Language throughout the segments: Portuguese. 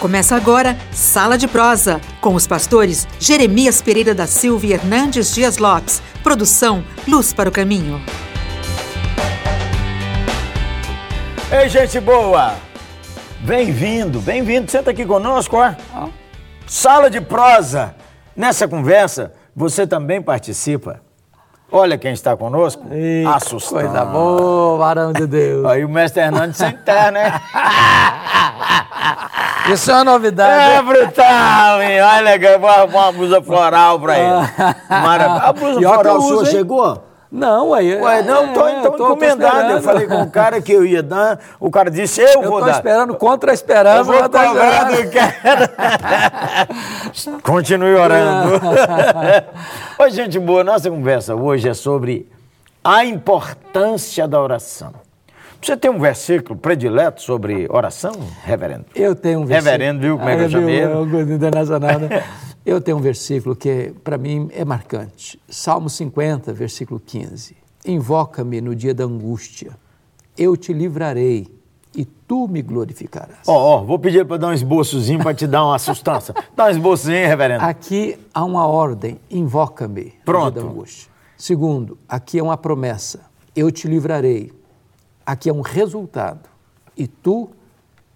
Começa agora Sala de Prosa, com os pastores Jeremias Pereira da Silva e Hernandes Dias Lopes. Produção Luz para o Caminho. Ei, gente boa! Bem-vindo, bem-vindo. Senta aqui conosco, ó. Sala de Prosa. Nessa conversa, você também participa. Olha quem está conosco. Assustando. Coisa boa, varão de Deus. Aí o mestre Hernandes sem terra, né? Isso é uma novidade. É brutal, hein? Olha, que eu vou arrumar uma blusa floral pra ele. Maravilha. A blusa E ó que floral eu sua uso, hein? chegou? Não, aí. Ué, não, tô, é, então encomendado. Eu esperando. falei com o cara que eu ia dar, o cara disse, eu, Eu vou tô dar. esperando contra a esperança. Eu vou mas tá cobrar esperando. do cara. Continue orando. Oi, gente boa, nossa conversa hoje é sobre a importância da oração. Você tem um versículo predileto sobre oração, reverendo? Eu tenho um versículo. Reverendo, viu como é que eu Aí, viu, chamei ele? é uma coisa internacional, né? Eu tenho um versículo que, para mim, é marcante. Salmo 50, versículo 15. Invoca-me no dia da angústia. Eu te livrarei e tu me glorificarás. Ó, ó, vou pedir para dar um esboçozinho para te dar uma assustança. Dá um esboçozinho, reverendo. Aqui há uma ordem, invoca-me. no dia Pronto. da angústia. Segundo, aqui é uma promessa, eu te livrarei. Aqui é um resultado, e tu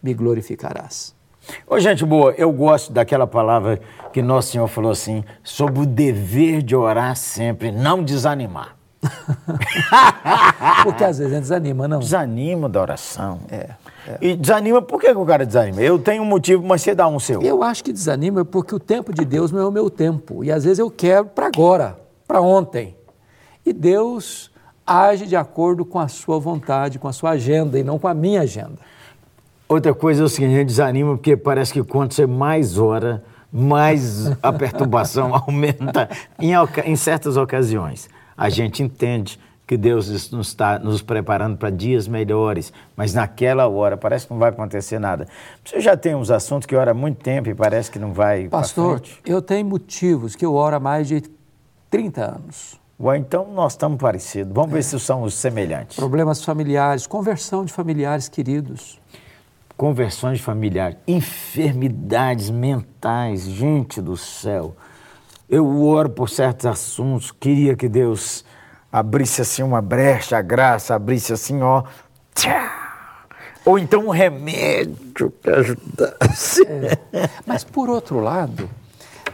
me glorificarás. Ô, gente boa, eu gosto daquela palavra que Nosso Senhor falou assim, sobre o dever de orar sempre, não desanimar. Porque às vezes a gente desanima, não? Desanima da oração. É. E desanima, por que, que o cara desanima? Eu tenho um motivo, mas você dá um seu. Eu acho que desanima porque o tempo de Deus não é o meu tempo. E às vezes eu quero para agora, para ontem. E Deus age de acordo com a sua vontade, com a sua agenda, e não com a minha agenda. Outra coisa é o seguinte, a gente desanima porque parece que quanto você mais ora, mais a perturbação aumenta em, oca- em certas ocasiões. A gente entende que Deus es- nos está nos preparando para dias melhores, mas naquela hora parece que não vai acontecer nada. Você já tem uns assuntos que ora há muito tempo e parece que não vai pra Pastor, frente? eu tenho motivos que eu oro há mais de 30 anos. Ou então nós estamos parecidos. Vamos ver se são os semelhantes. Problemas familiares, conversão de familiares queridos. conversões familiares, enfermidades mentais, gente do céu. Eu oro por certos assuntos, queria que Deus abrisse assim uma brecha, a graça, abrisse assim, ó. tchá! Ou então um remédio que ajudasse. Mas, por outro lado,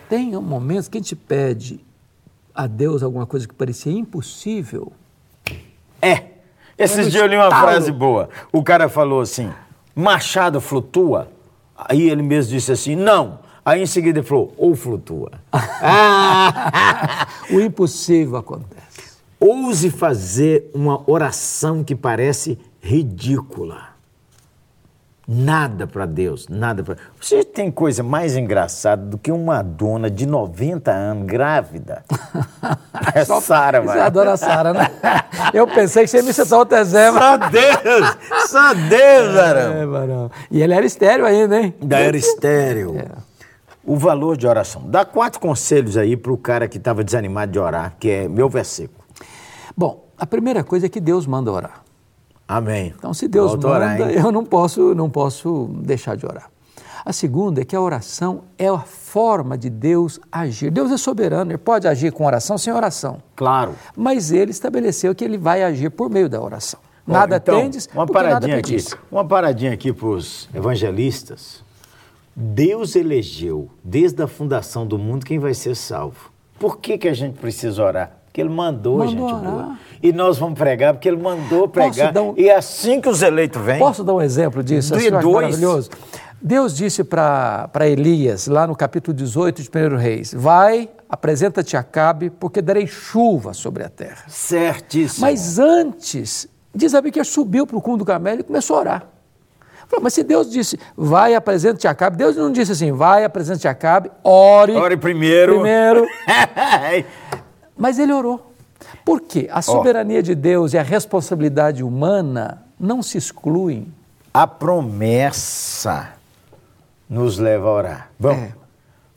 tem momentos que a gente pede a Deus alguma coisa que parecia impossível. É. Esses Era um dias eu li uma estalo. frase boa. O cara falou assim: Machado flutua. Aí ele mesmo disse assim: não. Aí em seguida ele falou: ou flutua. O impossível acontece. Ouse fazer uma oração que parece ridícula. Nada para Deus, nada para. Você tem coisa mais engraçada do que uma dona de 90 anos grávida? É Só- Sara, Isso vai. é a dona Sara, né? Eu pensei que você ia me citar outro exemplo. Só Deus! Só Deus, Arão! É, varão. E ele era estéreo ainda, hein? Da era estéreo. É. O valor de oração. Dá quatro conselhos aí pro cara que estava desanimado de orar, que é meu versículo. Bom, a primeira coisa é que Deus manda orar. Amém. Então, se Deus Volta a manda, orar, hein? eu não posso, não posso deixar de orar. A segunda é que a oração é a forma de Deus agir. Deus é soberano, ele pode agir com oração, sem oração. Claro. Mas ele estabeleceu que ele vai agir por meio da oração. Ó, Nada então, tendes, uma porque nada paradinha aqui. pedis. Uma paradinha aqui para os evangelistas. Deus elegeu, desde a fundação do mundo, quem vai ser salvo. Por que, que a gente precisa orar? Porque ele mandou, Mandou gente. orar. boa. E nós vamos pregar porque ele mandou pregar. dar um- E é assim que os eleitos vêm. Posso dar um exemplo disso? Dê Assim, eu acho dois. Maravilhoso. Deus disse para Elias, lá no capítulo 18 de 1 Reis: Vai, apresenta-te a Cabe, porque darei chuva sobre a terra. Certíssimo. Mas antes, diz a Bíblia que ele subiu para o cume do camelo e começou a orar. Falou, mas se Deus disse, vai, apresenta-te a Cabe, Deus não disse assim, vai, apresenta-te a Cabe, ore. Ore primeiro. Primeiro. Mas ele orou. Por quê? A soberania de Deus e a responsabilidade humana não se excluem. A promessa nos leva a orar. Vamos. É.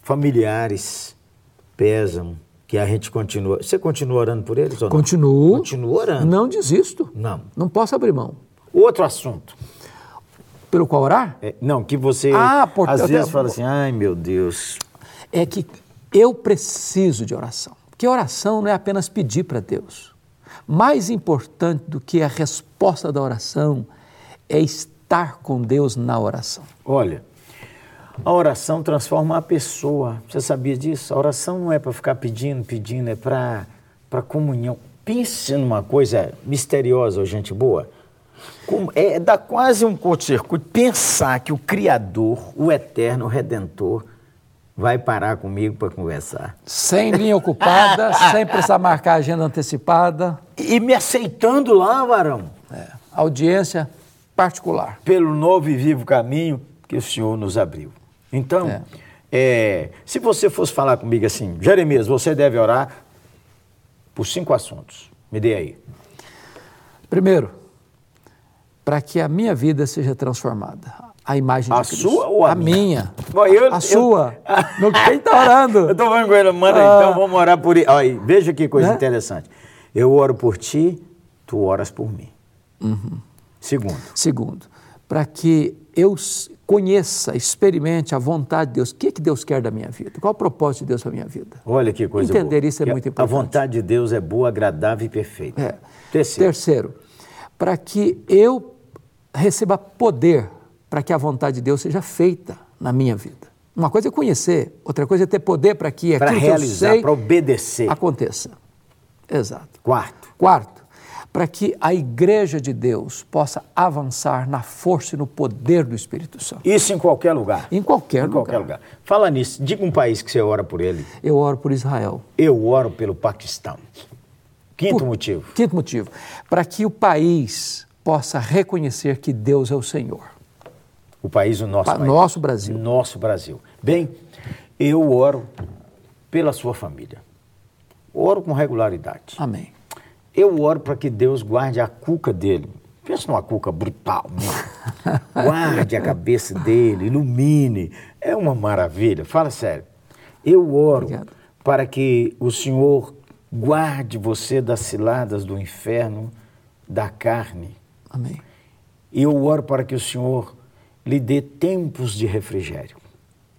Familiares pesam que a gente continua. Você continua orando por eles ou não? Continuo. Continuo orando. Não desisto. Não. Não posso abrir mão. Outro assunto. pelo qual orar? É, não, que você Ah, por- às eu vezes te- fala assim, ai meu Deus. é que eu preciso de oração. Porque oração não é apenas pedir para Deus. Mais importante do que a resposta da oração é estar com Deus na oração. Olha, a oração transforma a pessoa. Você sabia disso? A oração não é para ficar pedindo, pedindo, é para para comunhão. Pense numa coisa misteriosa, ô gente boa. Como- é, é dá quase um curto-circuito pensar que o Criador, o Eterno Redentor, vai parar comigo para conversar. Sem linha ocupada, sem precisar marcar agenda antecipada, E me aceitando lá, varão, é, audiência particular. pelo novo e vivo caminho que o Senhor nos abriu. Então, É. é, se você fosse falar comigo assim, Jeremias, você deve orar por cinco assuntos. Me dê aí. Primeiro, para que a minha vida seja transformada. A imagem A de Cristo. sua ou a minha? Bom, eu- a eu- sua. Não tem tá orando. Eu tô falando com ele, manda Ah. aí, então vamos orar por ele. Olha, aí, veja que coisa Né? interessante. Eu oro por ti, tu oras por mim. Uhum. Segundo, Segundo, para que eu s- conheça, experimente a vontade de Deus. O que, que Deus quer da minha vida? Qual o propósito de Deus para a minha vida? olha que coisa boa. Entender isso é Que a- muito importante. A vontade de Deus é boa, agradável e perfeita. É. Terceiro, para que eu receba poder para que a vontade de Deus seja feita na minha vida. Uma coisa é conhecer, outra coisa é ter poder para que para aquilo que eu realizar, sei para obedecer. aconteça. Exato. Quarto, Quarto, para que a igreja de Deus possa avançar na força e no poder do Espírito Santo. isso em qualquer lugar. Em qualquer Em qualquer lugar. lugar. Fala nisso, diga um país que você ora por ele. Eu oro por Israel. Eu oro pelo Paquistão. Quinto Por- motivo. Quinto motivo, para que o país possa reconhecer que Deus é o Senhor. O país, o nosso Pa- país. nosso Brasil. Nosso Brasil. Bem, eu oro pela sua família. Oro com regularidade. Amém. Eu oro para que Deus guarde a cuca dele. Pensa numa cuca brutal. né? guarde a cabeça dele, ilumine. É uma maravilha. Fala sério. Eu oro Obrigado. para que o Senhor guarde você das ciladas do inferno, da carne. Amém. E eu oro para que o Senhor lhe dê tempos de refrigério,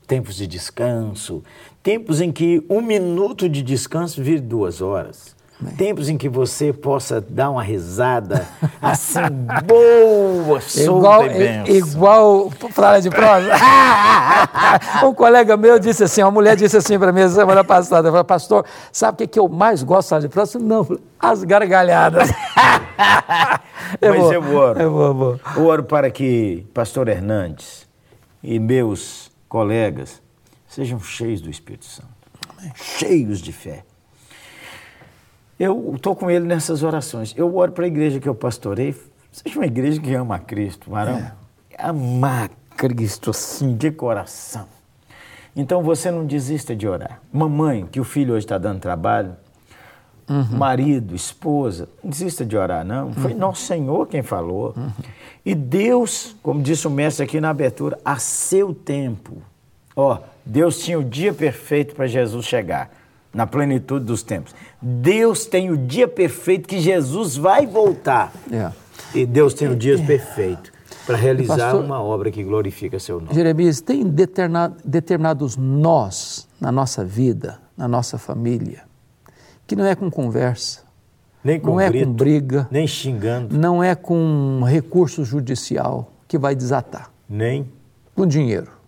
tempos de descanso, tempos em que um minuto de descanso vire duas horas. Amém. Tempos em que você possa dar uma risada assim, boa, É Igual, solta e benção. igual praia de prosa. um colega meu disse assim, uma mulher disse assim para mim semana passada, falou, pastor, sabe o que, que eu mais gosto de praia de prosa? Não, as gargalhadas. É Mas eu oro. Eu vou, vou. Eu oro para que pastor Hernandes e meus colegas sejam cheios do Espírito Santo, cheios de fé. Eu estou com ele nessas orações. Eu oro para a igreja que eu pastorei, seja uma igreja que ama a Cristo, varão. Amar Cristo assim, de coração. Então você não desista de orar. Mamãe, que o filho hoje está dando trabalho, marido, esposa, não desista de orar, não. Foi Uhum. nosso Senhor quem falou. E Deus, como disse o mestre aqui na abertura, a seu tempo. Ó, Deus tinha o dia perfeito para Jesus chegar, na plenitude dos tempos. Deus tem o dia perfeito que Jesus vai voltar. É. E Deus tem o dia perfeito para realizar Pastor- uma obra que glorifica seu nome. Jeremias, tem determina- determinados nós na nossa vida, na nossa família, que não é com conversa, Nem com não é grito, com briga, nem xingando, não é com recurso judicial que vai desatar, nem com dinheiro.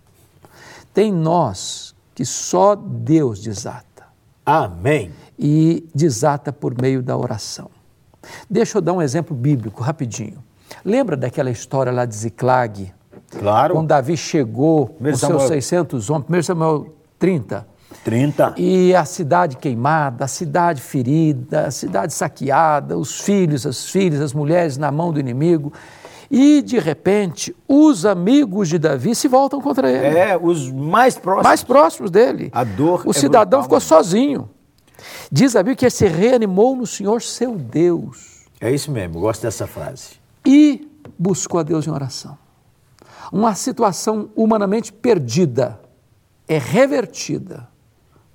Tem nós que só Deus desata amém. e desata por meio da oração. Deixa eu dar um exemplo bíblico rapidinho. Lembra daquela história lá de Ziclague, Claro, quando Davi chegou com Primeiro seus Samuel. 600 homens, 1 Samuel 30, 30. e a cidade queimada, a cidade ferida, a cidade saqueada, os filhos, as filhas, as mulheres na mão do inimigo. E, de repente, os amigos de Davi se voltam contra ele, É, os mais próximos. mais próximos dele. A dor o é brutal, cidadão ficou né? sozinho. Diz a Bíblia que ele se reanimou no Senhor seu Deus É isso mesmo, eu gosto dessa frase. e buscou a Deus em oração. Uma situação humanamente perdida é revertida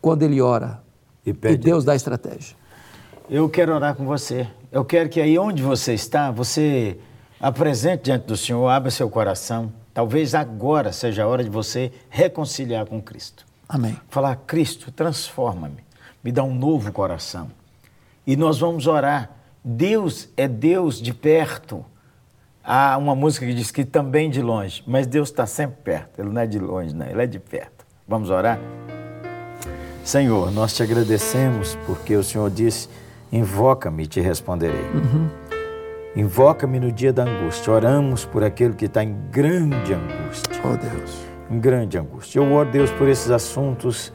quando ele ora E e pede Deus dá a estratégia. Eu quero orar com você. Eu quero que aí onde você está, você apresente diante do Senhor, abra seu coração Talvez agora seja a hora de você reconciliar com Cristo. Amém. Falar, Cristo, transforma-me, me dá um novo coração. E nós vamos orar. Deus é Deus de perto. Há uma música que diz que também de longe, mas Deus está sempre perto. Ele não é de longe, não, ele é de perto. Vamos orar? Senhor, nós te agradecemos porque o Senhor disse: invoca-me e te responderei. Invoca-me no dia da angústia. Oramos por aquele que está em grande angústia Oh, Deus. em grande angústia. Eu oro, Deus, por esses assuntos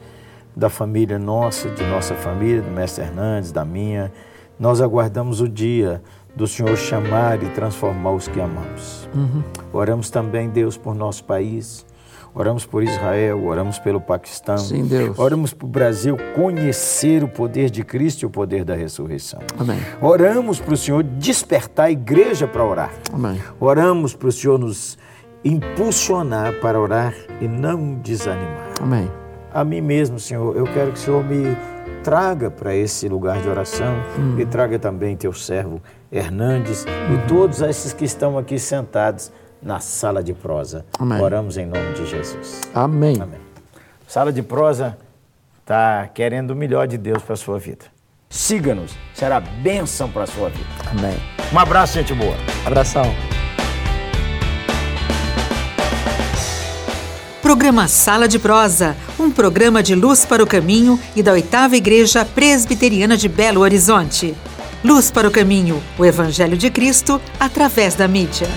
da família nossa, de nossa família, do Mestre Hernandes, da minha. Nós aguardamos o dia do Senhor chamar e transformar os que amamos. Uhum. Oramos também, Deus, por nosso país. Oramos por Israel, oramos pelo Paquistão. Sim, Deus. Oramos para o Brasil conhecer o poder de Cristo e o poder da ressurreição. Amém. Oramos para o Senhor despertar a igreja para orar. Amém. Oramos para o Senhor nos impulsionar para orar e não desanimar. Amém. A mim mesmo, Senhor, eu quero que o Senhor me traga para esse lugar de oração e traga também teu servo Hernandes e todos esses que estão aqui sentados na sala de prosa. Amém. Oramos em nome de Jesus. Amém. Amém. Sala de prosa está querendo o melhor de Deus para a sua vida. Siga-nos, será bênção para a sua vida. Amém. Um abraço, gente boa. Abração. Programa Sala de Prosa, um programa de luz para o caminho e da oitava Igreja Presbiteriana de Belo Horizonte. Luz para o caminho, o Evangelho de Cristo através da mídia.